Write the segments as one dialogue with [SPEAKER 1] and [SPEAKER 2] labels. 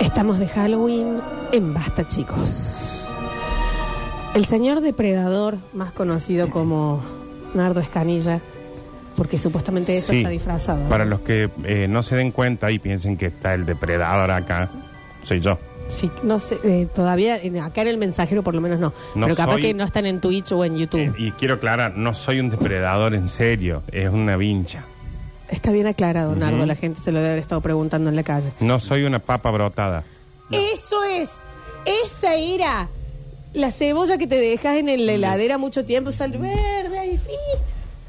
[SPEAKER 1] Estamos de Halloween en Basta, chicos. El señor depredador, más conocido como Nardo Escanilla, porque supuestamente eso
[SPEAKER 2] Sí.
[SPEAKER 1] está disfrazado.
[SPEAKER 2] Para los que eh, no se den cuenta y piensen que está el depredador acá, soy yo.
[SPEAKER 1] Sí, no sé, eh, todavía en- acá en el mensajero por lo menos no.
[SPEAKER 2] No
[SPEAKER 1] Pero capaz
[SPEAKER 2] soy-
[SPEAKER 1] que no están en Twitch o en YouTube.
[SPEAKER 2] Eh, y quiero aclarar, no soy un depredador en serio, es una vincha.
[SPEAKER 1] Está bien aclarado, Nardo, la gente se lo debe haber estado preguntando en la calle.
[SPEAKER 2] No soy una papa brotada.
[SPEAKER 1] Eso es, esa era la cebolla que te dejas en la heladera mucho tiempo, sal verde y fin.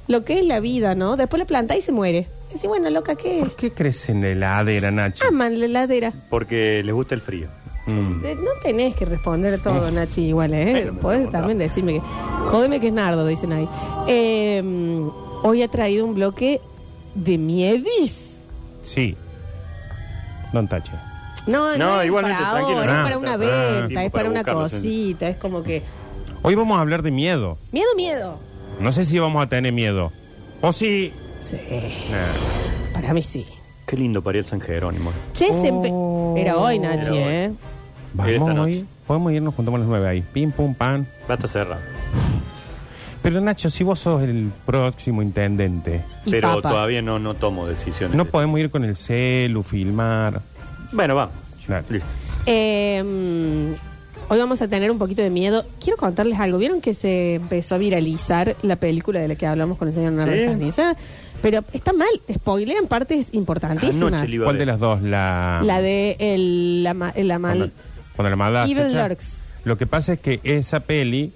[SPEAKER 1] Lo que es la vida, ¿no? Después la planta y se muere. Y sí, bueno, loca, ¿qué?
[SPEAKER 2] ¿Por qué crece en la heladera, Nacho?
[SPEAKER 1] Aman la heladera.
[SPEAKER 3] Porque les gusta el frío.
[SPEAKER 2] Mm.
[SPEAKER 1] Eh, No tenés que responder todo, Nachi, igual, ¿eh?
[SPEAKER 3] Mm. Pero me
[SPEAKER 1] Podés
[SPEAKER 3] preguntaba.
[SPEAKER 1] también decirme que... Jódeme que es Nardo, dicen ahí. Eh, hoy ha traído un bloque de miedis.
[SPEAKER 2] Sí. Don Tache.
[SPEAKER 1] No,
[SPEAKER 3] No,
[SPEAKER 1] no, es
[SPEAKER 3] igualmente,
[SPEAKER 1] para
[SPEAKER 3] tranquilo.
[SPEAKER 1] ahora, es
[SPEAKER 2] Ah,
[SPEAKER 1] para una
[SPEAKER 3] ah,
[SPEAKER 1] venta,
[SPEAKER 3] tipo
[SPEAKER 1] es para
[SPEAKER 3] para
[SPEAKER 1] una
[SPEAKER 3] buscarlo, sí.
[SPEAKER 1] cosita, es como que...
[SPEAKER 2] Hoy vamos a hablar de miedo.
[SPEAKER 1] Miedo, miedo.
[SPEAKER 2] No sé si vamos a tener miedo. O sí.
[SPEAKER 1] Sí,
[SPEAKER 2] Nah.
[SPEAKER 1] para mí sí.
[SPEAKER 3] Qué lindo parió el San Jerónimo.
[SPEAKER 1] Che, se empe- Era hoy, Nachi,
[SPEAKER 3] Oh. Era hoy.
[SPEAKER 1] ¿eh?
[SPEAKER 2] Vamos
[SPEAKER 3] Esta noche.
[SPEAKER 2] hoy. Podemos irnos juntamos a las nueve ahí. Pim, pum, pan.
[SPEAKER 3] Basta cerrado.
[SPEAKER 2] Pero Nacho, si vos sos el próximo intendente,
[SPEAKER 1] Y
[SPEAKER 3] Pero
[SPEAKER 1] papa.
[SPEAKER 3] todavía no, no tomo decisiones.
[SPEAKER 2] no podemos ir con el celu, filmar.
[SPEAKER 3] Bueno, vamos.
[SPEAKER 2] Claro.
[SPEAKER 3] Listo.
[SPEAKER 1] Eh, mm, hoy vamos a tener un poquito de miedo. Quiero contarles algo. ¿Vieron que se empezó a viralizar la película de la que hablamos con el señor Nardo
[SPEAKER 3] Sí.
[SPEAKER 1] Escanilla? Pero está mal, spoilean partes importantísimas.
[SPEAKER 3] Anoche le iba a
[SPEAKER 2] ¿Cuál
[SPEAKER 3] ver.
[SPEAKER 2] de las dos? La,
[SPEAKER 1] La de el, la, ma- la
[SPEAKER 2] Cuando,
[SPEAKER 1] mal...
[SPEAKER 2] cuando la maldad
[SPEAKER 1] Evil
[SPEAKER 2] acecha.
[SPEAKER 1] Lurks.
[SPEAKER 2] Lo que pasa es que esa peli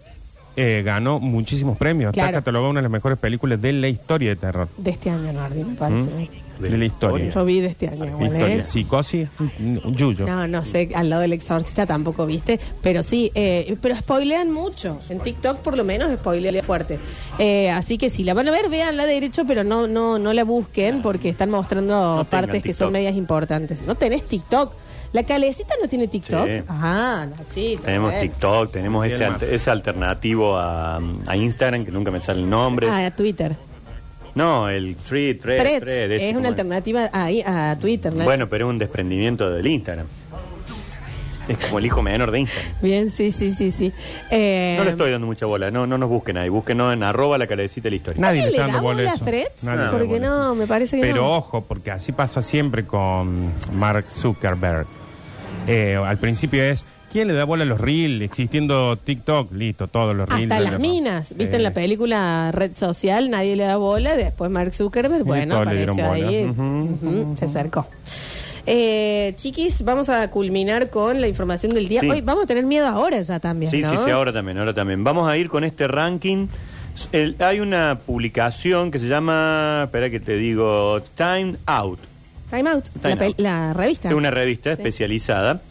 [SPEAKER 2] eh, ganó muchísimos premios.
[SPEAKER 1] Claro.
[SPEAKER 2] Está catalogada una de las mejores películas de la historia de terror.
[SPEAKER 1] De este año, Nardi, me parece.
[SPEAKER 3] ¿Mm?
[SPEAKER 2] De, la historia.
[SPEAKER 1] Yo vi de este
[SPEAKER 3] Ah,
[SPEAKER 1] año, igual,
[SPEAKER 2] Historia.
[SPEAKER 1] ¿eh?
[SPEAKER 2] Psicosis, un- un yuyo.
[SPEAKER 1] No, no sé, al lado del exorcista tampoco viste, pero sí, eh, pero spoilean mucho. En TikTok por lo menos spoilean fuerte. Eh, así que si la van a ver, véanla derecho, pero no, no, no la busquen porque están mostrando
[SPEAKER 3] No tengan
[SPEAKER 1] partes que son
[SPEAKER 3] TikTok.
[SPEAKER 1] medias importantes. No tenés TikTok. La calecita no tiene TikTok.
[SPEAKER 3] Sí.
[SPEAKER 1] Ajá, Nachito.
[SPEAKER 3] Tenemos
[SPEAKER 1] bueno.
[SPEAKER 3] TikTok, tenemos ese,
[SPEAKER 2] Bien,
[SPEAKER 3] al- ese alternativo a, a Instagram, que nunca me sale el nombre.
[SPEAKER 1] Ah, a Twitter.
[SPEAKER 3] No, el Thread, Thread,
[SPEAKER 1] Threads.
[SPEAKER 3] Thread, ese
[SPEAKER 1] es
[SPEAKER 3] como
[SPEAKER 1] una alternativa ahí a Twitter, Nachi.
[SPEAKER 3] Bueno, pero es un desprendimiento del Instagram. Es como el hijo menor de Instagram.
[SPEAKER 1] Bien, sí, sí, sí, sí. Eh,
[SPEAKER 3] No le estoy dando mucha bola, no, no nos busquen ahí, búsquenos en arroba la calecita de la historia.
[SPEAKER 2] Nadie
[SPEAKER 1] ¿Le,
[SPEAKER 2] le está dando
[SPEAKER 1] damos
[SPEAKER 2] bola a
[SPEAKER 1] las
[SPEAKER 2] eso.
[SPEAKER 1] threads?
[SPEAKER 2] Nadie le da
[SPEAKER 1] Porque
[SPEAKER 2] bola a eso.
[SPEAKER 1] no, me parece que
[SPEAKER 2] Pero
[SPEAKER 1] no.
[SPEAKER 2] ojo, porque así pasa siempre con Mark Zuckerberg. Eh, al principio es, ¿quién le da bola a los reels? Existiendo TikTok, listo, todos los reels.
[SPEAKER 1] Hasta
[SPEAKER 2] de
[SPEAKER 1] las
[SPEAKER 2] la-
[SPEAKER 1] minas, viste
[SPEAKER 2] Eh,
[SPEAKER 1] en la película Red Social, nadie le da bola, después Mark Zuckerberg,
[SPEAKER 2] Y
[SPEAKER 1] bueno,
[SPEAKER 2] todos le
[SPEAKER 1] apareció
[SPEAKER 2] dieron bola.
[SPEAKER 1] ahí,
[SPEAKER 2] Ujú,
[SPEAKER 1] ujú, se acercó. Eh, chiquis, vamos a culminar con la información del día.
[SPEAKER 3] Sí.
[SPEAKER 1] Hoy vamos a tener miedo ahora ya también,
[SPEAKER 3] Sí,
[SPEAKER 1] ¿no?
[SPEAKER 3] sí, sí, ahora también, ahora también. Vamos a ir con este ranking. El- hay una publicación que se llama, espera que te digo, Time Out.
[SPEAKER 1] Time Out,
[SPEAKER 3] Time
[SPEAKER 1] la, pel-
[SPEAKER 3] Out.
[SPEAKER 1] la revista.
[SPEAKER 3] Es una revista
[SPEAKER 1] Sí.
[SPEAKER 3] especializada.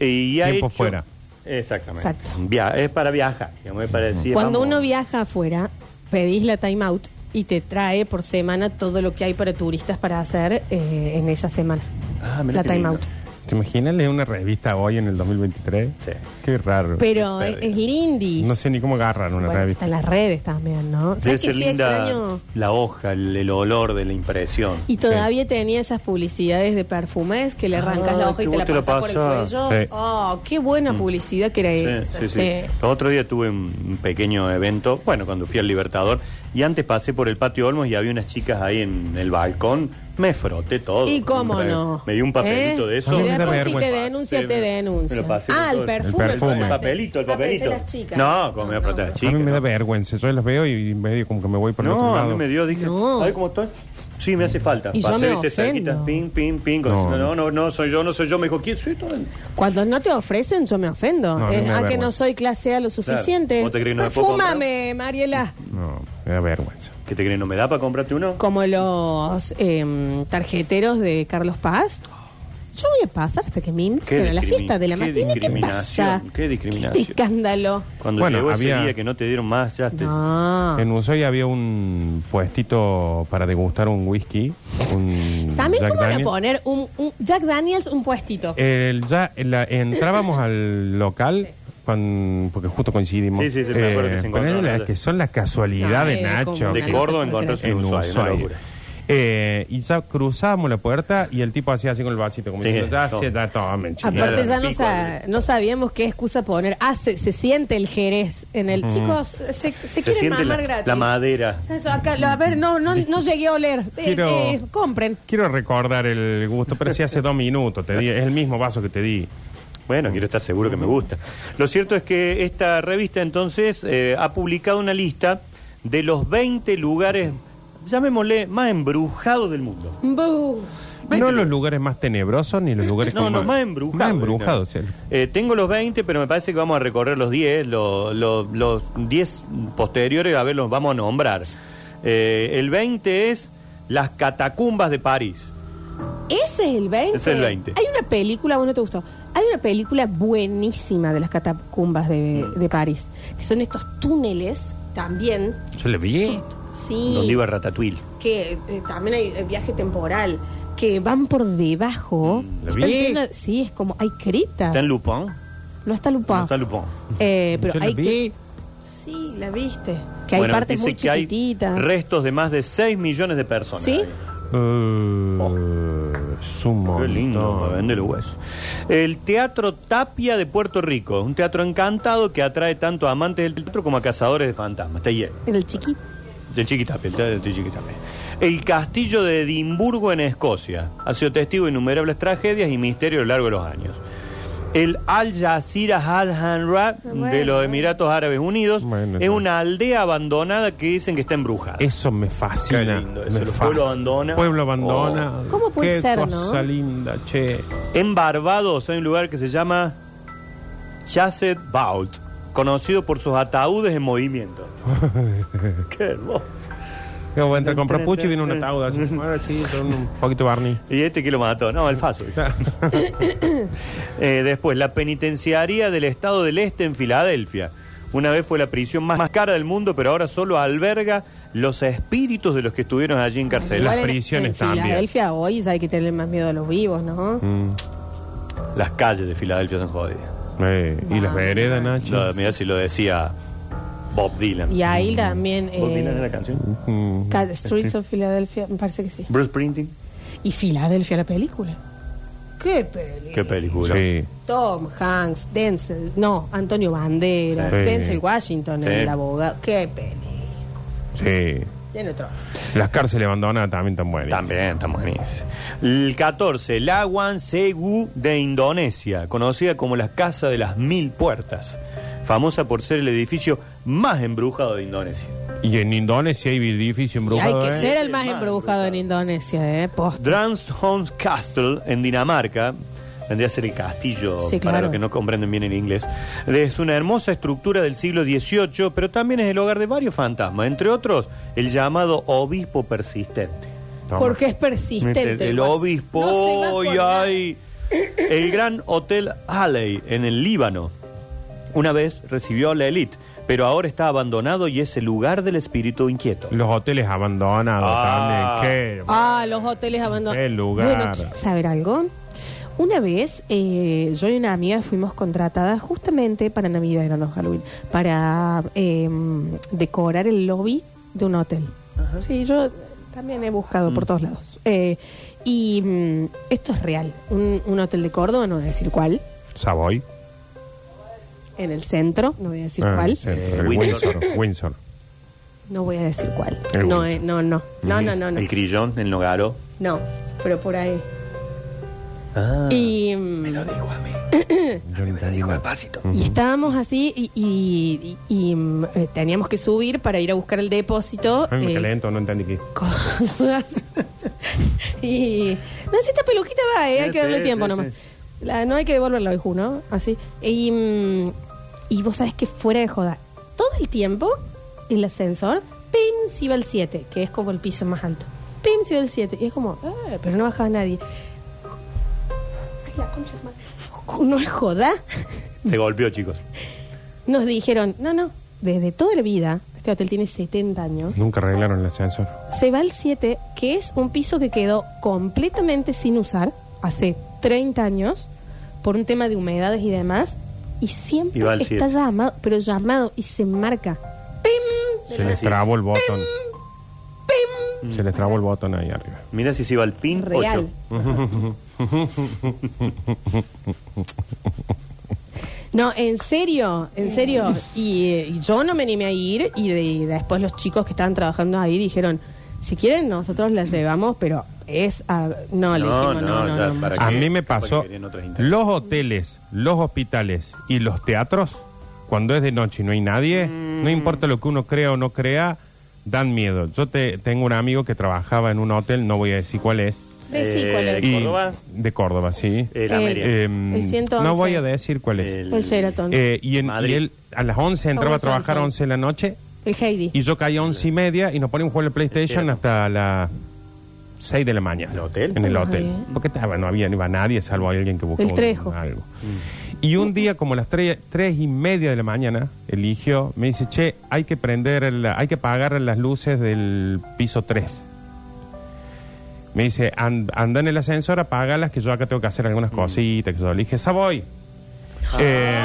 [SPEAKER 3] Y ha
[SPEAKER 2] Tiempo
[SPEAKER 3] hecho-
[SPEAKER 2] fuera.
[SPEAKER 3] Exactamente.
[SPEAKER 1] Exacto.
[SPEAKER 3] Via- es para viajar, digamos, es para decir,
[SPEAKER 1] Cuando
[SPEAKER 3] vamos-
[SPEAKER 1] uno viaja afuera, pedís la Time Out y te trae por semana todo lo que hay para turistas para hacer eh, en esa semana.
[SPEAKER 3] Ah, mirá
[SPEAKER 1] la
[SPEAKER 3] qué
[SPEAKER 1] Time
[SPEAKER 3] lindo.
[SPEAKER 1] Out.
[SPEAKER 2] ¿Te imaginas leer una revista hoy en el 2023?
[SPEAKER 3] Sí.
[SPEAKER 2] Qué raro.
[SPEAKER 1] Pero es,
[SPEAKER 3] Qué
[SPEAKER 1] es lindis.
[SPEAKER 2] No sé ni cómo agarran una
[SPEAKER 1] Bueno,
[SPEAKER 2] revista.
[SPEAKER 1] está en las redes también, ¿no?
[SPEAKER 3] Debe
[SPEAKER 1] ¿Sabes que
[SPEAKER 3] ser
[SPEAKER 1] sí
[SPEAKER 3] linda
[SPEAKER 1] extraño?
[SPEAKER 3] la hoja, el, el olor de la impresión.
[SPEAKER 1] Y todavía tenía esas publicidades de perfumes que le arrancas la
[SPEAKER 3] Ah,
[SPEAKER 1] hoja y
[SPEAKER 3] que
[SPEAKER 1] te la
[SPEAKER 3] vos te lo
[SPEAKER 1] pasas por el
[SPEAKER 3] pasás.
[SPEAKER 1] cuello.
[SPEAKER 2] Sí. Mm.
[SPEAKER 1] Oh, qué buena publicidad que era
[SPEAKER 3] Sí,
[SPEAKER 1] esa.
[SPEAKER 3] sí,
[SPEAKER 1] Sí.
[SPEAKER 3] sí. El otro día tuve un un pequeño evento, bueno, cuando fui al Libertador, y antes pasé por el patio Olmos y había unas chicas ahí en el balcón, me froté todo.
[SPEAKER 1] Y cómo
[SPEAKER 3] Me-
[SPEAKER 1] no.
[SPEAKER 3] Me dio un papelito
[SPEAKER 1] ¿Eh?
[SPEAKER 3] de eso.
[SPEAKER 2] A mí
[SPEAKER 1] Y
[SPEAKER 2] me da
[SPEAKER 1] después si te
[SPEAKER 2] vergüenza.
[SPEAKER 1] denuncia, te
[SPEAKER 3] Me- me
[SPEAKER 1] denuncia.
[SPEAKER 3] lo pasé
[SPEAKER 1] Ah,
[SPEAKER 3] por
[SPEAKER 1] el
[SPEAKER 3] todo.
[SPEAKER 1] perfume.
[SPEAKER 2] El perfume.
[SPEAKER 3] El
[SPEAKER 1] cortaste.
[SPEAKER 3] papelito, el
[SPEAKER 1] Ah, pensé
[SPEAKER 3] papelito.
[SPEAKER 1] las chicas.
[SPEAKER 3] No, como me voy a frotar
[SPEAKER 1] no.
[SPEAKER 3] las
[SPEAKER 2] a
[SPEAKER 3] chicas.
[SPEAKER 2] mí me da
[SPEAKER 3] ¿no?
[SPEAKER 2] vergüenza. Yo las veo y medio como que me voy por el
[SPEAKER 3] No,
[SPEAKER 2] otro
[SPEAKER 3] a
[SPEAKER 2] lado.
[SPEAKER 3] mí me dio, dije,
[SPEAKER 1] No.
[SPEAKER 3] ay, ¿cómo estoy? Sí, me hace falta.
[SPEAKER 1] Y yo me
[SPEAKER 3] Pasé, viste,
[SPEAKER 1] ofendo.
[SPEAKER 3] cerquita, ping, ping, ping. con-
[SPEAKER 2] No.
[SPEAKER 3] No. no, no, soy yo, no soy yo. Me dijo, ¿quién soy tú?
[SPEAKER 1] Cuando no te ofrecen, yo me ofendo.
[SPEAKER 2] No, a mí
[SPEAKER 1] Eh,
[SPEAKER 2] me da
[SPEAKER 1] ah, que
[SPEAKER 2] vergüenza.
[SPEAKER 1] no soy clase A lo suficiente.
[SPEAKER 3] ¿Vos te crees que no la puedo
[SPEAKER 1] Perfúmame, Mariela.
[SPEAKER 2] No, me da vergüenza.
[SPEAKER 3] ¿Qué te creen? ¿No me da para comprarte uno?
[SPEAKER 1] Como los em, tarjeteros de Carlos Paz. Yo voy a pasar hasta que me inviten a la
[SPEAKER 3] discrimi-
[SPEAKER 1] fiesta de la
[SPEAKER 3] qué
[SPEAKER 1] matina. ¿Qué
[SPEAKER 3] discriminación,
[SPEAKER 1] pasa?
[SPEAKER 3] qué discriminación.
[SPEAKER 1] Este escándalo.
[SPEAKER 3] Cuando
[SPEAKER 2] Bueno,
[SPEAKER 3] llegó ese
[SPEAKER 2] había-
[SPEAKER 3] día que no te dieron más, ya te...
[SPEAKER 1] No.
[SPEAKER 2] En Ushuaia había un puestito para degustar un whisky. Un
[SPEAKER 1] También,
[SPEAKER 2] Jack
[SPEAKER 1] ¿cómo van a
[SPEAKER 2] Daniel.
[SPEAKER 1] poner un, un Jack Daniels un puestito?
[SPEAKER 2] El- ya en la- entrábamos al local. cuan- porque justo coincidimos.
[SPEAKER 3] Sí, sí, sí, me acuerdo que se
[SPEAKER 2] pero es de
[SPEAKER 3] encontraron
[SPEAKER 2] las
[SPEAKER 3] allá.
[SPEAKER 2] que son las casualidades,
[SPEAKER 1] Ay, de
[SPEAKER 2] Nacho.
[SPEAKER 1] cómo
[SPEAKER 3] De
[SPEAKER 1] Una
[SPEAKER 3] Córdoba
[SPEAKER 1] cosa
[SPEAKER 3] encontrás
[SPEAKER 2] en
[SPEAKER 3] en Ushuaia, una
[SPEAKER 2] Ushuaia.
[SPEAKER 3] locura.
[SPEAKER 2] Eh, y ya cruzábamos la puerta y el tipo hacía así con el vasito, como
[SPEAKER 3] Sí,
[SPEAKER 2] diciendo, ya
[SPEAKER 3] toma.
[SPEAKER 2] se da, tomen, chicos.
[SPEAKER 1] Aparte
[SPEAKER 3] era
[SPEAKER 1] ya no,
[SPEAKER 3] pico,
[SPEAKER 1] sa- no sabíamos qué excusa poner. Ah, se, se siente el jerez en el... Chicos, se, se,
[SPEAKER 3] Se
[SPEAKER 1] quieren
[SPEAKER 3] siente
[SPEAKER 1] mamar
[SPEAKER 3] la,
[SPEAKER 1] gratis.
[SPEAKER 3] la madera.
[SPEAKER 1] Eso, acá, lo- a ver, no, no, no llegué a oler. Eh,
[SPEAKER 2] Quiero-
[SPEAKER 1] eh, compren.
[SPEAKER 2] Quiero recordar el gusto, pero si hace dos minutos, te di, es el mismo vaso que te di.
[SPEAKER 3] Bueno, quiero estar seguro que me gusta. Lo cierto es que esta revista entonces eh, ha publicado una lista de los 20 lugares, llamémosle, más embrujados del mundo.
[SPEAKER 1] Buh.
[SPEAKER 2] No los lugares más tenebrosos ni los lugares
[SPEAKER 3] No,
[SPEAKER 2] con
[SPEAKER 3] no, más embrujados.
[SPEAKER 2] Más embrujados,
[SPEAKER 3] digamos.
[SPEAKER 2] sí.
[SPEAKER 3] Eh, tengo los 20, pero me parece que vamos a recorrer los 10. lo- lo- los 10 posteriores, a ver, los vamos a nombrar. Eh, el 20 es las catacumbas de París.
[SPEAKER 1] Ese es el 20.
[SPEAKER 3] Es el 20.
[SPEAKER 1] Hay una película, bueno, te gustó. Hay una película buenísima de las catacumbas de,
[SPEAKER 3] Mm.
[SPEAKER 1] de París, que son estos túneles también.
[SPEAKER 2] Yo le vi.
[SPEAKER 1] Sí.
[SPEAKER 3] Donde iba Ratatouille.
[SPEAKER 1] que eh, también hay eh, viaje temporal, que van por debajo.
[SPEAKER 2] la
[SPEAKER 1] Están
[SPEAKER 2] vi.
[SPEAKER 1] llenas- sí, es como hay critas.
[SPEAKER 3] Mm, ¿Está en Lupin?
[SPEAKER 1] No está Lupin.
[SPEAKER 3] No está Lupin.
[SPEAKER 1] Eh, pero
[SPEAKER 2] Yo la
[SPEAKER 1] hay
[SPEAKER 2] vi.
[SPEAKER 1] que- Sí, la viste. Que hay
[SPEAKER 3] Bueno,
[SPEAKER 1] partes
[SPEAKER 3] dice
[SPEAKER 1] muy
[SPEAKER 3] que hay
[SPEAKER 1] chiquititas.
[SPEAKER 3] restos de más de 6 millones de personas.
[SPEAKER 1] ¿Sí?
[SPEAKER 3] ahí.
[SPEAKER 2] Eh, es un
[SPEAKER 3] Qué lindo,
[SPEAKER 2] montón.
[SPEAKER 3] me vende el hueso. El Teatro Tapia de Puerto Rico, un teatro encantado que atrae tanto a amantes del teatro como a cazadores de fantasmas. Está ahí, eh,
[SPEAKER 1] El chiquito.
[SPEAKER 3] del Chiquitapia, el teatro del Chiquitapia. El Castillo de Edimburgo en Escocia ha sido testigo de innumerables tragedias y misterios a lo largo de los años. El Al Jazeera Al Hanra de
[SPEAKER 1] Bueno. ¿eh?
[SPEAKER 3] los Emiratos Árabes Unidos
[SPEAKER 2] Bueno,
[SPEAKER 3] es
[SPEAKER 2] sí.
[SPEAKER 3] una aldea abandonada que dicen que está embrujada.
[SPEAKER 2] Eso me fascina.
[SPEAKER 3] Qué lindo eso,
[SPEAKER 2] me
[SPEAKER 3] el pueblo
[SPEAKER 2] fascina.
[SPEAKER 3] abandona.
[SPEAKER 2] Pueblo abandona.
[SPEAKER 1] Oh. ¿Cómo puede
[SPEAKER 2] Qué
[SPEAKER 1] ser, no?
[SPEAKER 2] cosa linda, che.
[SPEAKER 3] En Barbados hay un lugar que se llama Chasset Vault, conocido por sus ataúdes en movimiento. Qué hermoso.
[SPEAKER 2] Que voy a entrar con Propuchi y viene un ataúd así. Ahora sí, son un poquito Barney.
[SPEAKER 3] ¿Y este que lo mató? No, el Faso. Eh, después, la penitenciaría del Estado del Este en Filadelfia. Una vez fue la prisión más, más cara del mundo, pero ahora solo alberga los espíritus de los que estuvieron allí encarcelados.
[SPEAKER 2] Las prisiones
[SPEAKER 1] en
[SPEAKER 2] también.
[SPEAKER 1] Filadelfia hoy ya hay que tener más miedo a los vivos, ¿no?
[SPEAKER 2] Mm.
[SPEAKER 3] Las calles de Filadelfia son jodidas.
[SPEAKER 2] Eh, y las
[SPEAKER 1] Vamos,
[SPEAKER 2] veredas,
[SPEAKER 1] Nachi.
[SPEAKER 2] Nacho.
[SPEAKER 3] Lo- Mirá si lo decía Bob Dylan.
[SPEAKER 1] Y ahí también.
[SPEAKER 3] ¿Bob
[SPEAKER 1] eh,
[SPEAKER 3] Dylan era la canción?
[SPEAKER 2] Mm.
[SPEAKER 1] Cat Streets of Philadelphia, me parece que sí.
[SPEAKER 3] Bruce Printing.
[SPEAKER 1] Y Filadelfia, la película. ¿Qué película?
[SPEAKER 3] Qué película.
[SPEAKER 2] Sí.
[SPEAKER 1] Tom Hanks, Denzel, no, Antonio Banderas,
[SPEAKER 2] Sí.
[SPEAKER 1] Denzel Washington,
[SPEAKER 3] Sí.
[SPEAKER 1] el abogado. Qué peli.
[SPEAKER 2] Sí.
[SPEAKER 1] Tiene otro.
[SPEAKER 2] Las cárceles abandonadas también están buenas.
[SPEAKER 3] También, está muy bien. El 14, la Segu de Indonesia, conocida como la Casa de las Mil Puertas, famosa por ser el edificio más embrujado de Indonesia.
[SPEAKER 2] Y en Indonesia hay
[SPEAKER 1] Y
[SPEAKER 2] edificio
[SPEAKER 1] hay
[SPEAKER 2] embrujado.
[SPEAKER 1] que
[SPEAKER 2] ¿eh?
[SPEAKER 1] ser el más
[SPEAKER 3] El más
[SPEAKER 1] embrujado en Indonesia, ¿eh? Post.
[SPEAKER 3] Dransholm Castle, en Dinamarca, vendría a ser el castillo,
[SPEAKER 1] Sí,
[SPEAKER 3] para
[SPEAKER 1] claro.
[SPEAKER 3] los que no comprenden bien el inglés, es una hermosa estructura del siglo XVIII, pero también es el hogar de varios fantasmas, entre otros el llamado obispo persistente.
[SPEAKER 2] Toma.
[SPEAKER 1] Porque es persistente.
[SPEAKER 3] Este, El, el
[SPEAKER 1] guaso.
[SPEAKER 3] obispo
[SPEAKER 1] No se va con
[SPEAKER 3] y
[SPEAKER 1] nada.
[SPEAKER 3] hay el gran hotel Alley en el Líbano. Una vez recibió a la élite, pero ahora está abandonado y es el lugar del espíritu inquieto.
[SPEAKER 2] Los hoteles abandonados
[SPEAKER 3] Ah.
[SPEAKER 2] también. Qué-
[SPEAKER 1] Ah, los hoteles abandonados.
[SPEAKER 2] Qué lugar.
[SPEAKER 1] Bueno, ¿quieren saber algo? Una vez eh, yo y una amiga fuimos contratadas justamente para Navidad, era no Halloween, para eh, decorar el lobby de un hotel. Sí, yo también he buscado
[SPEAKER 2] Mm.
[SPEAKER 1] por todos lados. Eh, y mm, esto es real. Un, un hotel de Córdoba, no voy a decir cuál,
[SPEAKER 2] Savoy.
[SPEAKER 1] en el centro, no voy a decir
[SPEAKER 2] Ah,
[SPEAKER 1] cuál.
[SPEAKER 2] sí, el
[SPEAKER 3] Eh,
[SPEAKER 2] Windsor. Windsor.
[SPEAKER 1] No voy a decir cuál.
[SPEAKER 2] El
[SPEAKER 1] No,
[SPEAKER 2] Windsor.
[SPEAKER 1] eh, no, no, no, no, no, no,
[SPEAKER 3] El Crillón, el Nogaro.
[SPEAKER 1] no, pero por ahí.
[SPEAKER 3] Ah,
[SPEAKER 1] Y... mm,
[SPEAKER 3] me lo dijo a mí.
[SPEAKER 2] Yo
[SPEAKER 3] Me lo dijo despacito.
[SPEAKER 1] Y estábamos así y, y- y- y, mm, eh, teníamos que subir para ir a buscar el depósito.
[SPEAKER 2] Ay, me
[SPEAKER 1] eh,
[SPEAKER 2] calento, no entendí qué.
[SPEAKER 1] cosas. y. No, si esta peluquita va, eh, hay
[SPEAKER 3] Sí,
[SPEAKER 1] que darle
[SPEAKER 3] sí,
[SPEAKER 1] tiempo
[SPEAKER 3] sí,
[SPEAKER 1] nomás.
[SPEAKER 3] sí.
[SPEAKER 1] La- no hay que devolverla hoy, ¿no? Así. Y, mm, y vos sabés que fuera de joda, todo el tiempo el ascensor, pim, se iba al 7, que es como el piso más alto. Pim, se iba al 7. Y es como, ah, pero no bajaba nadie. Ay, la concha es No es joda.
[SPEAKER 3] Se golpeó, chicos.
[SPEAKER 1] Nos dijeron, no, no, desde toda la vida, este hotel tiene 70 años,
[SPEAKER 2] Nunca arreglaron el ascensor.
[SPEAKER 1] se va al 7, que es un piso que quedó completamente sin usar hace 30 años por un tema de humedades y demás, y siempre
[SPEAKER 3] Y va al
[SPEAKER 1] está
[SPEAKER 3] 7.
[SPEAKER 1] llamado, pero llamado y se marca. ¡Pim!
[SPEAKER 2] Se les trabó el botón.
[SPEAKER 1] ¡Pim!
[SPEAKER 2] Se les trabó el botón ahí arriba.
[SPEAKER 3] Mira si se iba al pin.
[SPEAKER 1] Real. No, en serio, en serio. Y, eh, y yo no me animé a ir y, de- y después los chicos que estaban trabajando ahí dijeron, si quieren nosotros las llevamos, pero es... a- No, le
[SPEAKER 3] No,
[SPEAKER 1] dijimos,
[SPEAKER 3] no,
[SPEAKER 1] no, no,
[SPEAKER 3] ya,
[SPEAKER 1] no.
[SPEAKER 3] para-
[SPEAKER 2] A
[SPEAKER 3] que-
[SPEAKER 2] mí me
[SPEAKER 3] capaz que
[SPEAKER 2] pasó
[SPEAKER 3] querían otras instancias.
[SPEAKER 2] los hoteles, los hospitales y los teatros, cuando es de noche y no hay nadie,
[SPEAKER 3] Mm.
[SPEAKER 2] no importa lo que uno crea o no crea, dan miedo. Yo te, tengo un amigo que trabajaba en un hotel, no voy a decir cuál es.
[SPEAKER 1] Decí
[SPEAKER 3] Eh,
[SPEAKER 1] cuál es.
[SPEAKER 3] ¿De
[SPEAKER 2] y-
[SPEAKER 3] Córdoba?
[SPEAKER 2] De Córdoba, sí.
[SPEAKER 3] El América.
[SPEAKER 2] Eh,
[SPEAKER 1] El 111.
[SPEAKER 2] no voy a decir cuál es.
[SPEAKER 3] El-
[SPEAKER 1] El Sheraton.
[SPEAKER 2] Eh, y, en-
[SPEAKER 3] Madrid.
[SPEAKER 2] y él a las 11 entraba a
[SPEAKER 1] Famoso
[SPEAKER 2] trabajar a
[SPEAKER 1] once.
[SPEAKER 2] 11 de la noche
[SPEAKER 1] el Heidi.
[SPEAKER 2] y yo caía a 11 y media y nos poníamos a jugar el PlayStation
[SPEAKER 3] Cierto.
[SPEAKER 2] hasta las 6 de la mañana.
[SPEAKER 3] ¿En el hotel?
[SPEAKER 2] En el
[SPEAKER 1] Ah,
[SPEAKER 2] hotel.
[SPEAKER 1] bien.
[SPEAKER 2] Porque estaba, no había, no iba nadie salvo alguien que buscaba
[SPEAKER 1] El Trejo.
[SPEAKER 2] un- algo.
[SPEAKER 3] Mm.
[SPEAKER 2] Y un día, como a las 3, y media de la mañana, eligió, me dice, che, hay que prender, la- hay que apagar las luces del piso 3. Me dice, "An- anda en el ascensor, apágalas, que yo acá tengo que hacer
[SPEAKER 3] Mm.
[SPEAKER 2] algunas cositas. Que yo le dije, esa voy. Eh,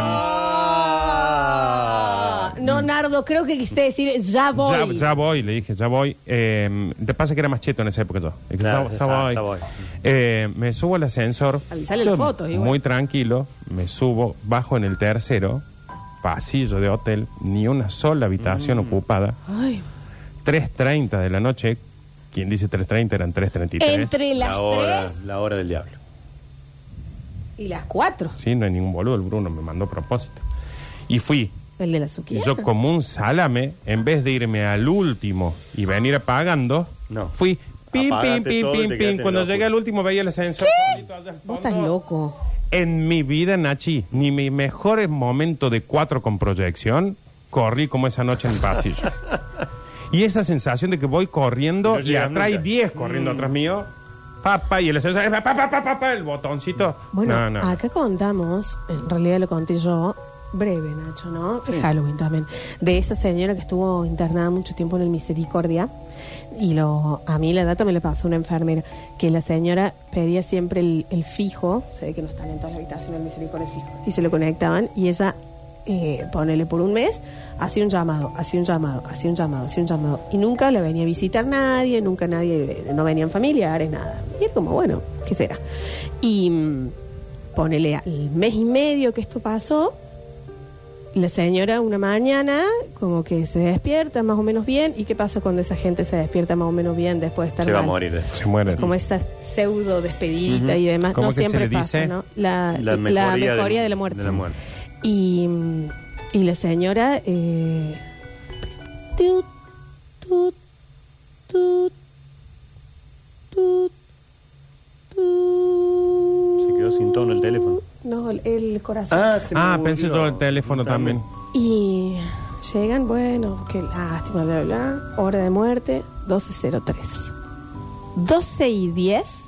[SPEAKER 1] Ah, No, Nardo, creo que quisiste decir ya
[SPEAKER 2] Ya,
[SPEAKER 1] voy.
[SPEAKER 2] ya voy, le dije, ya voy. Eh, te pasa que era más cheto en esa época yo. Dije,
[SPEAKER 3] Claro,
[SPEAKER 2] ya,
[SPEAKER 3] ya
[SPEAKER 2] ya
[SPEAKER 3] ya
[SPEAKER 2] voy.
[SPEAKER 3] voy.
[SPEAKER 2] Eh, me subo al ascensor.
[SPEAKER 1] Avisale las
[SPEAKER 2] Yo,
[SPEAKER 1] fotos, igual.
[SPEAKER 2] Muy tranquilo, me subo, bajo en el tercero, pasillo de hotel, ni una sola habitación ocupada.
[SPEAKER 1] Ay,
[SPEAKER 2] 3.30 de la noche, quien dice 3.30 eran 3.33.
[SPEAKER 1] entre las
[SPEAKER 3] La hora,
[SPEAKER 1] 3
[SPEAKER 3] la hora del diablo.
[SPEAKER 1] y las 4.
[SPEAKER 2] Sí, no hay ningún boludo, el Bruno me mandó a propósito. Y fui,
[SPEAKER 1] El de la
[SPEAKER 2] Y
[SPEAKER 1] suquilla.
[SPEAKER 2] yo como un salame, en vez de irme al último y venir apagando,
[SPEAKER 3] No.
[SPEAKER 2] fui pim,
[SPEAKER 3] Apagaste
[SPEAKER 2] pim, pim,
[SPEAKER 3] todo y te
[SPEAKER 2] pim,
[SPEAKER 3] quedaste
[SPEAKER 2] pim.
[SPEAKER 3] en
[SPEAKER 2] Cuando
[SPEAKER 3] la
[SPEAKER 2] llegué
[SPEAKER 3] oscura.
[SPEAKER 2] al último veía el ascensor. solito allá al
[SPEAKER 1] Vos
[SPEAKER 2] fondo.
[SPEAKER 1] estás loco.
[SPEAKER 2] En mi vida, Nachi, ni mi mejor momento de cuatro con proyección, corrí como esa noche en el pasillo. y esa sensación de que voy corriendo
[SPEAKER 3] Y no
[SPEAKER 2] y,
[SPEAKER 3] llegas
[SPEAKER 2] atrás hay
[SPEAKER 3] nunca. Mm.
[SPEAKER 2] diez corriendo atrás mío. Papá, y el ascensor, pa, pa, pa, pa, pa, el botoncito.
[SPEAKER 1] Bueno,
[SPEAKER 2] No, no.
[SPEAKER 1] acá contamos, en realidad lo conté yo, breve, Nacho, ¿no? Es Halloween también. De esa señora que estuvo internada mucho tiempo en el Misericordia. Y lo, a mí la data me la pasó una enfermera. Que la señora pedía siempre el, el fijo, se ve que no están en todas las habitaciones del Misericordia el fijo. Y se lo conectaban y ella, eh, ponele por un mes, hacía un llamado, hacía un llamado, hacía un llamado, hacía un llamado. Y nunca la venía a visitar nadie, nunca nadie, no venían familiares, nada. Y es como, bueno, ¿qué será? Y. mm, ponele el mes y medio que esto pasó, la señora una mañana como que se despierta más o menos bien. ¿Y qué pasa cuando esa gente se despierta más o menos bien después de estar
[SPEAKER 3] Se va a
[SPEAKER 1] mal?
[SPEAKER 3] morir. de-
[SPEAKER 2] se mueren.
[SPEAKER 1] Es como esa pseudo despedidita y demás.
[SPEAKER 2] ¿Cómo
[SPEAKER 1] No
[SPEAKER 2] que se
[SPEAKER 1] siempre
[SPEAKER 2] le dice?
[SPEAKER 1] pasa, ¿no? La, la mejoría, de, la muerte.
[SPEAKER 3] de la muerte.
[SPEAKER 1] Y, mm, y la señora... eh, tut, tut, tut, tut, tut.
[SPEAKER 3] Se quedó sin tono el teléfono.
[SPEAKER 1] No, el- el corazón.
[SPEAKER 3] Ah, se
[SPEAKER 2] Ah,
[SPEAKER 3] murió.
[SPEAKER 2] pensé todo el teléfono también.
[SPEAKER 1] Y llegan, bueno, qué lástima, bla, bla, bla. Hora de muerte, 12.03. 12 y 10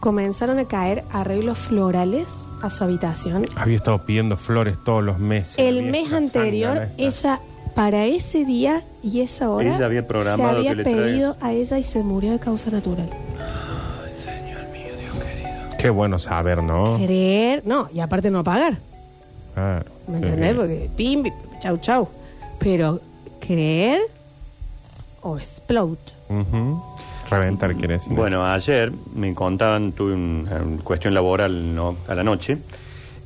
[SPEAKER 1] comenzaron a caer arreglos florales a su habitación.
[SPEAKER 2] Había estado pidiendo flores todos los meses.
[SPEAKER 1] El
[SPEAKER 2] Había
[SPEAKER 1] mes
[SPEAKER 2] esta
[SPEAKER 1] anterior,
[SPEAKER 2] sangre, esta.
[SPEAKER 1] ella, para ese día y esa hora,
[SPEAKER 3] Ella había
[SPEAKER 1] se
[SPEAKER 3] programado
[SPEAKER 1] había
[SPEAKER 3] que le
[SPEAKER 1] pedido a ella y se murió de causa natural.
[SPEAKER 2] Qué bueno saber, ¿no? Ah,
[SPEAKER 1] Creer, no, y aparte no pagar.
[SPEAKER 2] Claro.
[SPEAKER 1] ¿Me entendés?
[SPEAKER 2] Sí.
[SPEAKER 1] Porque pim, pim, chau, chau. Pero creer o explode.
[SPEAKER 2] Ujú. Reventar, quiere decir.
[SPEAKER 3] Bueno, ayer me contaban, tuve un- una cuestión laboral ¿no? a la noche,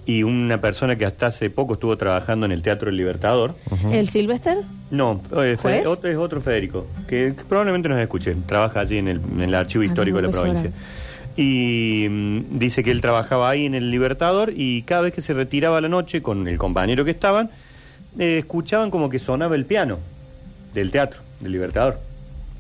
[SPEAKER 3] y una persona que hasta hace poco estuvo trabajando en el Teatro El Libertador.
[SPEAKER 1] ¿El Sylvester?
[SPEAKER 2] Ah,
[SPEAKER 3] No, eh, Fe-
[SPEAKER 1] ¿Juez?
[SPEAKER 3] otro, es otro Federico, que, que probablemente nos escuche. Trabaja allí en el, en el Archivo
[SPEAKER 1] Ah,
[SPEAKER 3] Histórico
[SPEAKER 1] no,
[SPEAKER 3] de la
[SPEAKER 1] pues
[SPEAKER 3] provincia.
[SPEAKER 1] ahora.
[SPEAKER 3] Y mm, dice que él trabajaba ahí en el Libertador y cada vez que se retiraba a la noche con el compañero que estaban, eh, escuchaban como que sonaba el piano del teatro, del Libertador.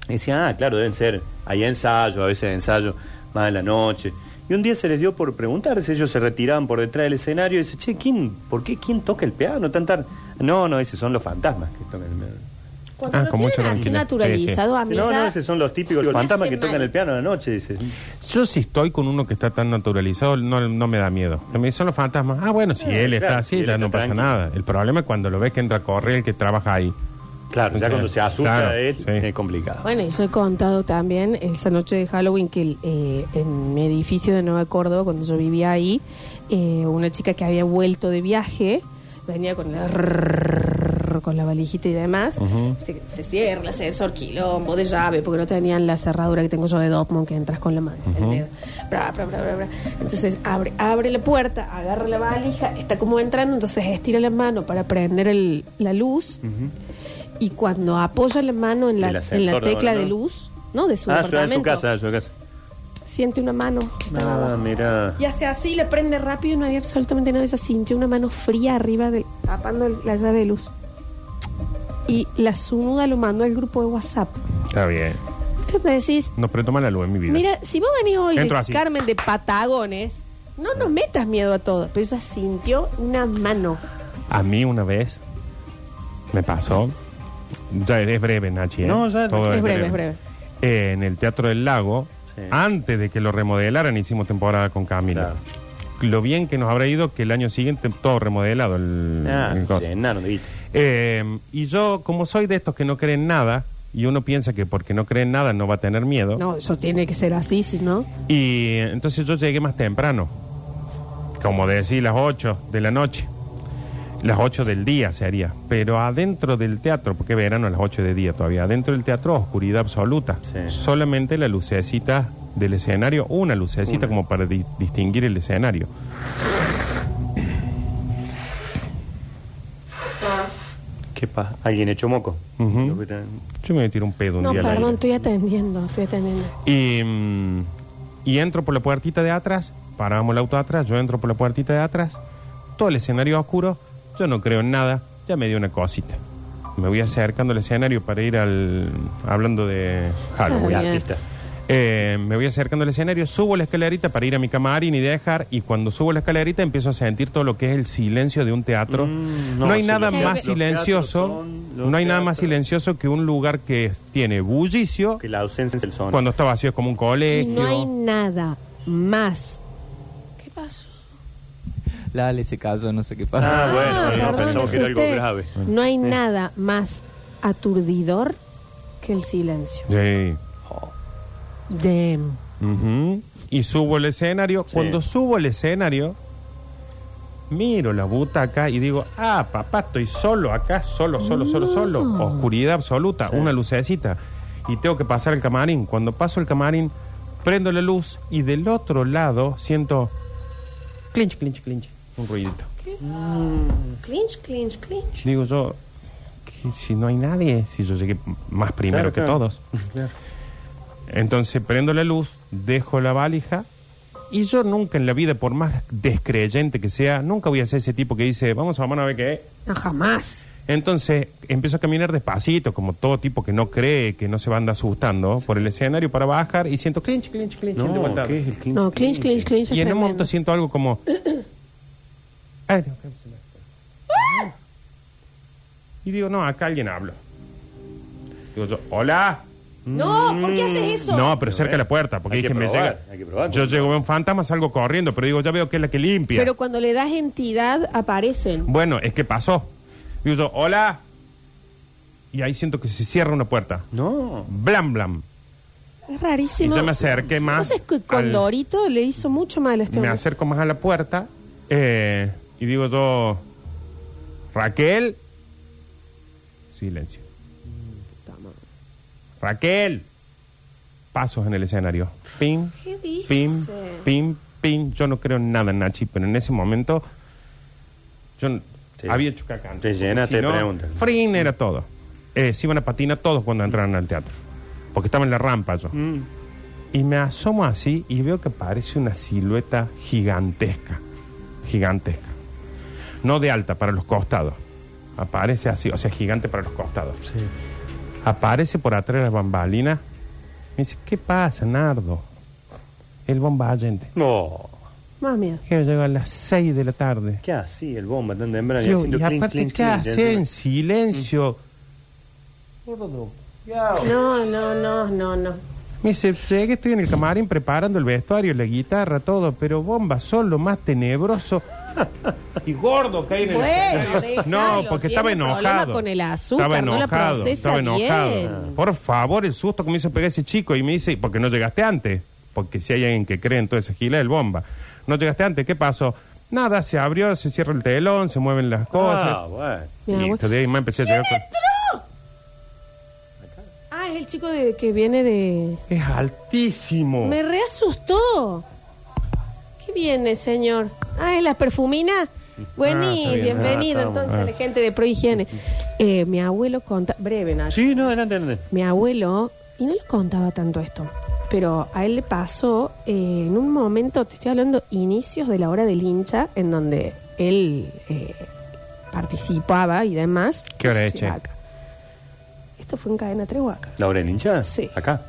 [SPEAKER 3] Y decían, ah, claro, deben ser, hay ensayo, a veces ensayo más de la noche. Y un día se les dio por preguntarse, ellos se retiraban por detrás del escenario y dice, che, ¿quién, ¿por qué quién toca el piano tan tarde? No, no, esos son los fantasmas que tocan el piano.
[SPEAKER 1] Cuando
[SPEAKER 2] Ah,
[SPEAKER 1] lo
[SPEAKER 2] con mucha
[SPEAKER 1] tienen así
[SPEAKER 2] tranquilidad.
[SPEAKER 1] naturalizado, a mí
[SPEAKER 3] No,
[SPEAKER 1] ya-
[SPEAKER 3] no, esos son los típicos
[SPEAKER 1] me
[SPEAKER 3] fantasmas
[SPEAKER 1] hace
[SPEAKER 3] que tocan
[SPEAKER 1] mal.
[SPEAKER 3] el piano a la noche, dice.
[SPEAKER 2] Yo si estoy con uno que está tan naturalizado, no, no me da miedo. Me dicen los fantasmas. Ah, bueno, si
[SPEAKER 3] Ah,
[SPEAKER 2] él está
[SPEAKER 3] claro,
[SPEAKER 2] así,
[SPEAKER 3] si él
[SPEAKER 2] ya
[SPEAKER 3] está
[SPEAKER 2] no pasa
[SPEAKER 3] tranqui.
[SPEAKER 2] nada. El problema es cuando lo ves que entra a correr el que trabaja ahí.
[SPEAKER 3] Claro, ya
[SPEAKER 2] Sí,
[SPEAKER 3] cuando se asusta
[SPEAKER 2] claro,
[SPEAKER 3] de él,
[SPEAKER 2] sí.
[SPEAKER 3] es complicado.
[SPEAKER 1] Bueno, y yo he contado también esa noche de Halloween que eh, en mi edificio de Nueva Córdoba, cuando yo vivía ahí, eh, una chica que había vuelto de viaje venía con el gorro, con la valijita y demás.
[SPEAKER 2] Ujú.
[SPEAKER 1] Viste que Se cierra el ascensor, quilombo de llave, porque no tenían la cerradura que tengo yo de Dopmon, que entras con la mano. el dedo. Bra, bra, bra, bra, bra. Entonces abre, abre la puerta, agarra la valija, está como entrando, entonces estira la mano para prender el- la luz. Y cuando apoya la mano en la,
[SPEAKER 3] El
[SPEAKER 1] en la
[SPEAKER 3] ascensor,
[SPEAKER 1] tecla
[SPEAKER 3] ¿no?
[SPEAKER 1] de luz, ¿no? De su
[SPEAKER 3] Ah, su, en
[SPEAKER 1] departamento,
[SPEAKER 3] su casa, en su casa.
[SPEAKER 1] siente una mano que estaba
[SPEAKER 3] Ah,
[SPEAKER 1] abajo.
[SPEAKER 3] mira.
[SPEAKER 1] Y hace así, le prende rápido y no había absolutamente nada. Ella sintió una mano fría arriba, del, tapando el- la llave de luz. Y la sunuda lo mandó al grupo de WhatsApp.
[SPEAKER 2] Está bien.
[SPEAKER 1] Ustedes me decís,
[SPEAKER 2] No, pero toma la luz en mi vida.
[SPEAKER 1] mira, si vos venís hoy
[SPEAKER 2] Entro
[SPEAKER 1] de
[SPEAKER 2] así.
[SPEAKER 1] Carmen de Patagones, no nos metas miedo a todos. Pero ella sintió una mano.
[SPEAKER 2] A mí una vez me pasó. Ya es breve, Nachi. ¿eh?
[SPEAKER 3] No, ya-
[SPEAKER 2] Todo
[SPEAKER 1] Es breve, es breve.
[SPEAKER 2] Eh, en el Teatro del Lago,
[SPEAKER 3] Sí.
[SPEAKER 2] antes de que lo remodelaran, hicimos temporada con Camila. Lo bien que nos habrá ido que el año siguiente todo remodelado. El,
[SPEAKER 3] Ah,
[SPEAKER 2] el coso.
[SPEAKER 3] llenaron de guita.
[SPEAKER 2] Eh, y yo, como soy de estos que no creen nada, y uno piensa que porque no creen nada no va a tener miedo,
[SPEAKER 1] No, eso tiene que ser así, si no.
[SPEAKER 2] y eh, entonces yo llegué más temprano, como decir las 8 de la noche, las 8 del día se haría, pero adentro del teatro, porque verano a las 8 de día todavía, adentro del teatro oscuridad absoluta,
[SPEAKER 3] Sí.
[SPEAKER 2] solamente la lucecita del escenario, una lucecita como para di- distinguir el escenario.
[SPEAKER 3] ¿Qué pasa? ¿Alguien echó moco?
[SPEAKER 2] Ujú.
[SPEAKER 3] Lo que te-
[SPEAKER 2] Yo me voy a tirar un pedo un
[SPEAKER 1] No,
[SPEAKER 2] día. al aire.
[SPEAKER 1] perdón, estoy atendiendo, estoy atendiendo.
[SPEAKER 2] Y, mm, y entro por la puertita de atrás, paramos el auto atrás, yo entro por la puertita de atrás, todo el escenario oscuro, yo no creo en nada, ya me dio una cosita. Me voy acercando al escenario para ir al... hablando de
[SPEAKER 1] Muy
[SPEAKER 3] Muy
[SPEAKER 2] Halloween.
[SPEAKER 1] Ah, bien.
[SPEAKER 3] artistas.
[SPEAKER 2] Eh, me voy acercando al escenario, subo la escalerita para ir a mi camarín y dejar, y cuando subo la escalerita empiezo a sentir todo lo que es el silencio de un teatro.
[SPEAKER 3] Mm,
[SPEAKER 2] no,
[SPEAKER 3] no,
[SPEAKER 2] hay
[SPEAKER 3] sí,
[SPEAKER 2] nada
[SPEAKER 1] los
[SPEAKER 2] más
[SPEAKER 1] teatros- los
[SPEAKER 2] silencioso,
[SPEAKER 3] teatros son- los
[SPEAKER 2] no hay nada más
[SPEAKER 3] teatros-
[SPEAKER 2] silencioso que un lugar que tiene bullicio,
[SPEAKER 3] Que la ausencia del sonido.
[SPEAKER 2] cuando está vacío es como un colegio.
[SPEAKER 1] Y no hay nada más. ¿Qué pasó?
[SPEAKER 4] La Ale se cayó, no sé qué pasa.
[SPEAKER 3] Ah, bueno,
[SPEAKER 1] Ah,
[SPEAKER 3] no,
[SPEAKER 1] perdón,
[SPEAKER 3] pensamos que era algo
[SPEAKER 1] asusté.
[SPEAKER 3] grave.
[SPEAKER 1] No
[SPEAKER 2] Eh.
[SPEAKER 1] hay nada más aturdidor que el silencio.
[SPEAKER 2] Sí.
[SPEAKER 1] Damn.
[SPEAKER 2] Ujú. Y subo el escenario. Cuando subo el escenario, miro la butaca y digo, ah, papá, estoy solo acá, solo, solo, solo, solo. Oscuridad absoluta, una lucecita. Y tengo que pasar el camarín. Cuando paso el camarín, prendo la luz y del otro lado siento clinch, clinch, clinch. Un ruidito. Mm.
[SPEAKER 1] Clinch, clinch, clinch.
[SPEAKER 2] Digo yo, que si no hay nadie, si yo llegué más primero
[SPEAKER 3] Claro,
[SPEAKER 2] que
[SPEAKER 3] claro.
[SPEAKER 2] todos. Entonces prendo la luz, dejo la valija y yo nunca en la vida, por más descreyente que sea, nunca voy a ser ese tipo que dice, vamos a mano a ver qué es.
[SPEAKER 1] No, jamás.
[SPEAKER 2] Entonces empiezo a caminar despacito, como todo tipo que no cree, que no se va a andar asustando, por el escenario para bajar y siento clinch, clinch, clinch. de
[SPEAKER 3] No,
[SPEAKER 2] vuelta.
[SPEAKER 3] ¿qué es el clinch?
[SPEAKER 1] No, clinch, clinch, clinch. es
[SPEAKER 2] Y en un
[SPEAKER 1] tremendo.
[SPEAKER 2] momento siento algo como... Ay, tengo que- Y digo, no, acá alguien habla. Digo yo, hola.
[SPEAKER 1] No, ¿por qué haces eso?
[SPEAKER 2] Mm, No, pero cerca de la puerta, porque
[SPEAKER 3] Hay que
[SPEAKER 2] dije, me
[SPEAKER 3] probar,
[SPEAKER 2] llega.
[SPEAKER 3] hay que probar.
[SPEAKER 2] Yo llego a un fantasma, salgo corriendo, pero digo, ya veo que es la que limpia.
[SPEAKER 1] Pero cuando le das entidad, aparecen.
[SPEAKER 2] Bueno, es que pasó. Digo yo, hola. Y ahí siento que se cierra una puerta.
[SPEAKER 3] No.
[SPEAKER 2] Blam, blam.
[SPEAKER 1] Es
[SPEAKER 2] Y
[SPEAKER 1] rarísimo.
[SPEAKER 2] yo me acerqué más.
[SPEAKER 1] ¿Sabes que
[SPEAKER 2] al-
[SPEAKER 1] Condorito le hizo mucho mal a este
[SPEAKER 2] me
[SPEAKER 1] hombre?
[SPEAKER 2] acerco más a la puerta eh, y digo yo, Raquel. Silencio. Raquel. Pasos en el escenario. Pim,
[SPEAKER 1] ¿Qué dice?
[SPEAKER 2] pim, pim, pim. Yo no creo en nada, Nachi, pero en ese momento yo n-
[SPEAKER 3] Te-
[SPEAKER 2] había hecho caca antes.
[SPEAKER 3] te
[SPEAKER 2] Si
[SPEAKER 3] llenaste de
[SPEAKER 2] no,
[SPEAKER 3] preguntas.
[SPEAKER 2] Frin era todo. Eh, se iban a patinar todos cuando entraron al teatro. Porque estaba en la rampa yo.
[SPEAKER 3] Mm.
[SPEAKER 2] Y me asomo así y veo que parece una silueta gigantesca. Gigantesca. No de alta, para los costados. Aparece así, o sea, gigante para los costados. Aparece por atrás de las bambalinas. Me dice, ¿qué pasa, Nardo? El bomba allende.
[SPEAKER 3] No.
[SPEAKER 1] Más miedo.
[SPEAKER 2] Que llegó a las 6 de la tarde.
[SPEAKER 3] ¿Qué así el bomba tan temprano?
[SPEAKER 2] Yo,
[SPEAKER 3] haciendo
[SPEAKER 2] y
[SPEAKER 3] clinch,
[SPEAKER 2] aparte,
[SPEAKER 3] clinch,
[SPEAKER 2] ¿qué
[SPEAKER 3] clinch,
[SPEAKER 2] hace
[SPEAKER 3] haciendo-
[SPEAKER 2] en
[SPEAKER 3] Mm.
[SPEAKER 2] silencio?
[SPEAKER 1] No, no, no, no, no.
[SPEAKER 2] Me dice, llegué, estoy en el camarín preparando el vestuario, la guitarra, todo, pero bomba, son lo más tenebroso y gordo que hay en el
[SPEAKER 1] Bueno,
[SPEAKER 2] escenario.
[SPEAKER 1] déjalo,
[SPEAKER 2] No, porque
[SPEAKER 1] tiene
[SPEAKER 2] estaba
[SPEAKER 1] problema
[SPEAKER 2] enojado.
[SPEAKER 1] con el azúcar,
[SPEAKER 2] estaba
[SPEAKER 1] no la
[SPEAKER 2] enojado,
[SPEAKER 1] procesa
[SPEAKER 2] estaba enojado.
[SPEAKER 1] bien.
[SPEAKER 2] Por favor, el susto que me hizo pegar ese chico y me dice, porque no llegaste antes, porque si hay alguien que cree en toda esa gila, el bomba. No llegaste antes, ¿qué pasó? Nada, se abrió, se cierra el telón, se mueven las
[SPEAKER 3] Ah,
[SPEAKER 2] cosas.
[SPEAKER 3] bueno.
[SPEAKER 1] Mi
[SPEAKER 2] y
[SPEAKER 1] abuelo-
[SPEAKER 2] de ahí más empecé a llegar con...
[SPEAKER 1] Ah, es el chico de, que viene de...
[SPEAKER 2] Es altísimo.
[SPEAKER 1] Me reasustó. ¿Qué viene, señor? Ah, es la perfumina.
[SPEAKER 2] Ah,
[SPEAKER 1] Buení,
[SPEAKER 2] está bien.
[SPEAKER 1] bienvenido
[SPEAKER 3] Ah, está
[SPEAKER 1] entonces
[SPEAKER 2] bueno.
[SPEAKER 1] a la gente de Prohigiene. Eh, mi abuelo conta... Breve, Nacho.
[SPEAKER 3] Sí, no, adelante, adelante.
[SPEAKER 1] Mi abuelo, y no le contaba tanto esto, pero a él le pasó eh, en un momento, te estoy hablando, inicios de la hora del hincha, en donde él eh, participaba y demás.
[SPEAKER 2] ¿Qué hora
[SPEAKER 1] No sé
[SPEAKER 2] es,
[SPEAKER 1] si
[SPEAKER 2] che?
[SPEAKER 1] era acá. Esto fue en cadena 3 o acá.
[SPEAKER 3] ¿La hora del hincha?
[SPEAKER 1] Sí.
[SPEAKER 3] Acá.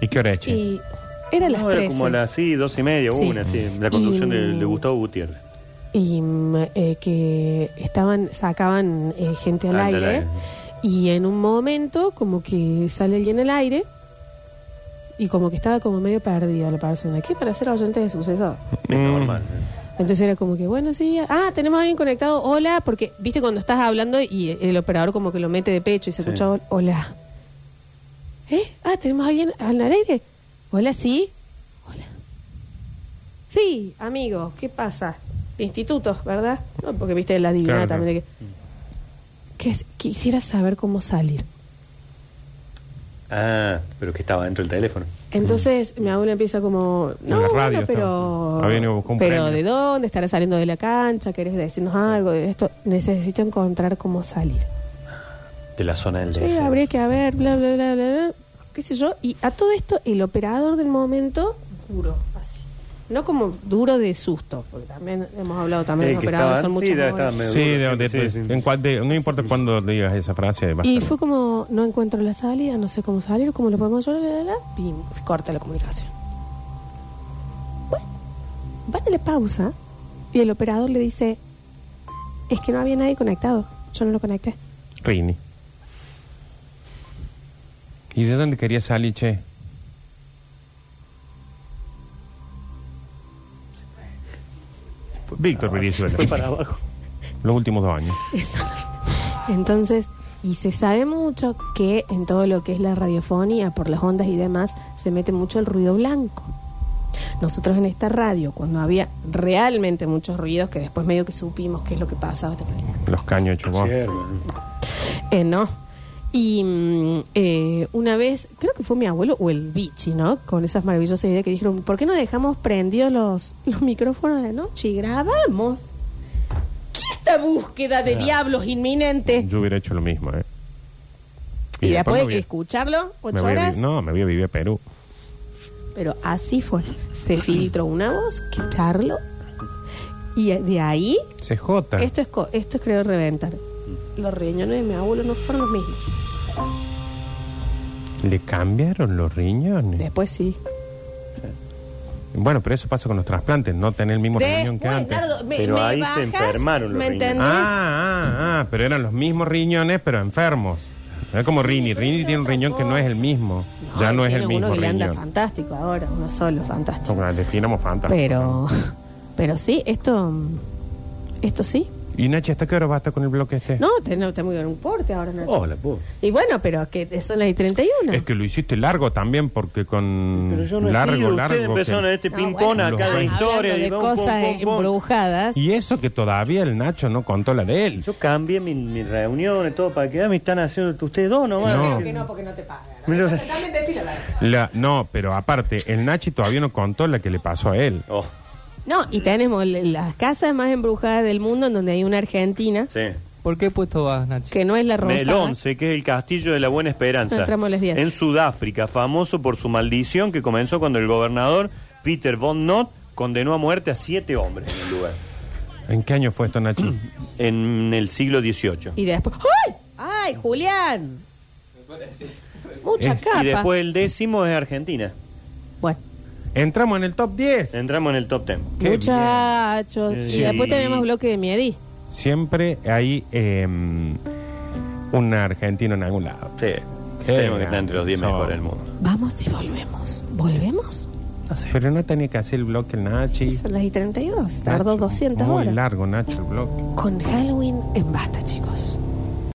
[SPEAKER 2] ¿Y qué hora es, che?
[SPEAKER 1] Y era las
[SPEAKER 3] no,
[SPEAKER 1] 13.
[SPEAKER 3] era como las sí, dos y media,
[SPEAKER 1] Sí.
[SPEAKER 3] una, sí. La conducción
[SPEAKER 1] Y-
[SPEAKER 3] de, de Gustavo Gutiérrez.
[SPEAKER 1] y mm, eh, que estaban sacaban eh, gente al
[SPEAKER 3] Ah,
[SPEAKER 1] aire,
[SPEAKER 3] del aire.
[SPEAKER 1] y en un momento como que sale alguien al aire y como que estaba como medio perdida la persona ¿qué para ser oyente de suceso
[SPEAKER 3] Es
[SPEAKER 2] Mm.
[SPEAKER 3] normal. ¿eh?
[SPEAKER 1] entonces era como que bueno sí ah tenemos a alguien conectado hola porque viste cuando estás hablando y el operador como que lo mete de pecho y se
[SPEAKER 3] Sí.
[SPEAKER 1] escucha hola eh ah tenemos a alguien al al aire hola sí hola Sí, amigo, ¿qué pasa? Institutos, ¿verdad? No, porque viste la divina
[SPEAKER 2] Claro, Mm.
[SPEAKER 1] también. de que- que es- quisiera saber cómo salir.
[SPEAKER 3] Ah, pero que estaba dentro del teléfono.
[SPEAKER 1] Entonces mi abuelo empieza como, no,
[SPEAKER 2] la
[SPEAKER 1] bueno,
[SPEAKER 2] radio estaba.
[SPEAKER 1] pero,
[SPEAKER 2] Había venido a buscar un
[SPEAKER 1] pero
[SPEAKER 2] premio.
[SPEAKER 1] ¿de dónde estará saliendo de la cancha? ¿Querés decirnos algo de esto? Necesito encontrar cómo salir.
[SPEAKER 3] De la zona del
[SPEAKER 1] Sí,
[SPEAKER 3] deseo.
[SPEAKER 1] habría que haber, bla, bla, bla, bla, bla, qué sé yo. Y a todo esto, el operador del momento, duro, así. No como duro de susto, porque también hemos hablado también
[SPEAKER 3] Eh,
[SPEAKER 1] de los
[SPEAKER 3] que
[SPEAKER 1] operadores, son
[SPEAKER 3] estaban-
[SPEAKER 1] muchos.
[SPEAKER 3] sí,
[SPEAKER 1] más
[SPEAKER 3] estaban
[SPEAKER 1] buenos.
[SPEAKER 3] medio
[SPEAKER 2] Sí, de-
[SPEAKER 3] duros,
[SPEAKER 2] de-
[SPEAKER 3] sí,
[SPEAKER 2] de-
[SPEAKER 3] sí, sí.
[SPEAKER 2] en cual- de- no importa cuándo digas esa frase. va a
[SPEAKER 1] Y
[SPEAKER 2] ser-
[SPEAKER 1] fue como, no encuentro la salida, no sé cómo salir, cómo lo podemos ayudar, bla, bla, bla, pim, corta la comunicación. Bueno, van a la pausa y el operador le dice, es que no había nadie conectado, yo no lo conecté.
[SPEAKER 2] Rini. ¿Y de dónde quería salir, che? Víctor Venezuela,
[SPEAKER 3] Fue para abajo.
[SPEAKER 2] Ah, los últimos dos años.
[SPEAKER 1] Eso no. Entonces, y se sabe mucho que en todo lo que es la radiofonía, por las ondas y demás, se mete mucho el ruido blanco. Nosotros en esta radio, cuando había realmente muchos ruidos, que después medio que supimos qué es lo que pasaba,
[SPEAKER 2] Los caños hechos vos.
[SPEAKER 3] Sí, hermano.
[SPEAKER 1] Eh, no. Y mm, eh, una vez, creo que fue mi abuelo o el bichi, ¿no? Con esas maravillosas ideas que dijeron, ¿por qué no dejamos prendidos los, los micrófonos de noche y grabamos? ¿Qué esta búsqueda de diablos inminente?
[SPEAKER 2] Yo hubiera hecho lo mismo, ¿eh?
[SPEAKER 1] Y, después
[SPEAKER 2] me
[SPEAKER 1] de
[SPEAKER 2] voy a-
[SPEAKER 1] escucharlo,
[SPEAKER 2] me
[SPEAKER 1] ocho
[SPEAKER 2] voy a vi-
[SPEAKER 1] horas.
[SPEAKER 2] No, me voy a vivir a Perú.
[SPEAKER 1] Pero así fue. Se filtró una voz, que charlo. Y eh, de ahí,
[SPEAKER 2] CJ.
[SPEAKER 1] esto es, co- esto es creo reventar. Los riñones de mi abuelo no fueron los mismos.
[SPEAKER 2] ¿Le cambiaron los riñones?
[SPEAKER 1] Después sí.
[SPEAKER 2] Bueno, pero eso pasa con los trasplantes, no tener el mismo riñón que
[SPEAKER 1] Bueno,
[SPEAKER 2] antes.
[SPEAKER 1] Nardo, me-
[SPEAKER 3] Pero
[SPEAKER 1] me
[SPEAKER 3] ahí se
[SPEAKER 1] bajas,
[SPEAKER 3] enfermaron los
[SPEAKER 1] ¿me
[SPEAKER 3] riñones.
[SPEAKER 1] entendés?
[SPEAKER 2] Ah, ah, ah, pero eran los mismos riñones, pero enfermos. No es como Rini.
[SPEAKER 1] pero eso
[SPEAKER 2] Rini
[SPEAKER 1] es
[SPEAKER 2] tiene un
[SPEAKER 1] otra
[SPEAKER 2] riñón que no es el
[SPEAKER 1] cosa.
[SPEAKER 2] mismo.
[SPEAKER 1] No,
[SPEAKER 2] ya
[SPEAKER 1] él
[SPEAKER 2] no es
[SPEAKER 1] tiene
[SPEAKER 2] el mismo
[SPEAKER 1] Uno que le anda
[SPEAKER 2] riñón.
[SPEAKER 1] fantástico ahora, uno solo fantástico.
[SPEAKER 2] Bueno, Definamos fantasma.
[SPEAKER 1] Pero, pero sí, esto, esto sí.
[SPEAKER 2] ¿Y Nachi, hasta qué hora basta con el bloque este?
[SPEAKER 1] No, te- no, tengo que ir a un corte ahora. Nacho.
[SPEAKER 3] Oh, la puedo.
[SPEAKER 1] Y bueno, pero que son las y 31.
[SPEAKER 2] Es que lo hiciste largo también, porque con.
[SPEAKER 3] Pero yo no
[SPEAKER 2] largo,
[SPEAKER 3] he sido.
[SPEAKER 2] largo.
[SPEAKER 3] Ustedes empezaron
[SPEAKER 2] que-
[SPEAKER 3] este
[SPEAKER 1] No,
[SPEAKER 3] ping-pong
[SPEAKER 1] bueno,
[SPEAKER 3] acá
[SPEAKER 1] ah,
[SPEAKER 3] de
[SPEAKER 1] hablando
[SPEAKER 3] historia.
[SPEAKER 1] de
[SPEAKER 3] y vamos,
[SPEAKER 1] cosas
[SPEAKER 3] pum, pum, pum.
[SPEAKER 1] embrujadas.
[SPEAKER 2] Y eso que todavía el Nacho no contó la de él.
[SPEAKER 3] Yo cambié mi- mis reuniones, todo, para que me están haciendo ustedes dos nomás.
[SPEAKER 2] No.
[SPEAKER 1] Creo que no, porque no te pagan.
[SPEAKER 3] Mira-
[SPEAKER 1] Entonces, También decí la verdad.
[SPEAKER 2] La- no, pero aparte, el Nachi todavía no contó la que le pasó a él.
[SPEAKER 3] Oh,
[SPEAKER 1] No, y tenemos l- las casas más embrujadas del mundo en donde hay una argentina
[SPEAKER 3] sí.
[SPEAKER 4] ¿Por qué puesto vas, Nachi?
[SPEAKER 1] que no es la rosada.
[SPEAKER 3] El 11, que es el castillo de la Buena Esperanza.
[SPEAKER 1] ¿eh? Entramos a las 10.
[SPEAKER 3] En Sudáfrica, famoso por su maldición que comenzó cuando el gobernador Peter von Nott condenó a muerte a siete hombres en el lugar.
[SPEAKER 2] ¿En qué año fue esto, Nachi?
[SPEAKER 3] Mm. En el siglo XVIII.
[SPEAKER 1] Y después, ¡ay! ¡Ay, Julián! Mucha
[SPEAKER 2] Es-
[SPEAKER 1] capa.
[SPEAKER 3] Y después el décimo es Argentina.
[SPEAKER 1] Bueno,
[SPEAKER 2] Entramos en el top 10.
[SPEAKER 3] Entramos en el top ten.
[SPEAKER 2] Qué
[SPEAKER 1] muchachos.
[SPEAKER 3] bien.
[SPEAKER 1] Y después
[SPEAKER 3] Sí.
[SPEAKER 1] tenemos bloque de miedi.
[SPEAKER 2] Siempre hay eh, un argentino en algún lado.
[SPEAKER 3] Sí. Tenemos que estar entre los 10
[SPEAKER 2] son-
[SPEAKER 3] mejores del mundo.
[SPEAKER 1] Vamos y volvemos. ¿Volvemos?
[SPEAKER 2] Pero no tenía que hacer el bloque el Nachi.
[SPEAKER 1] Son las y 32. Tardó
[SPEAKER 3] Ah,
[SPEAKER 2] Nacho,
[SPEAKER 1] 200
[SPEAKER 2] Muy
[SPEAKER 1] horas.
[SPEAKER 2] largo, Nacho, el bloque.
[SPEAKER 1] Con Halloween en basta, chicos.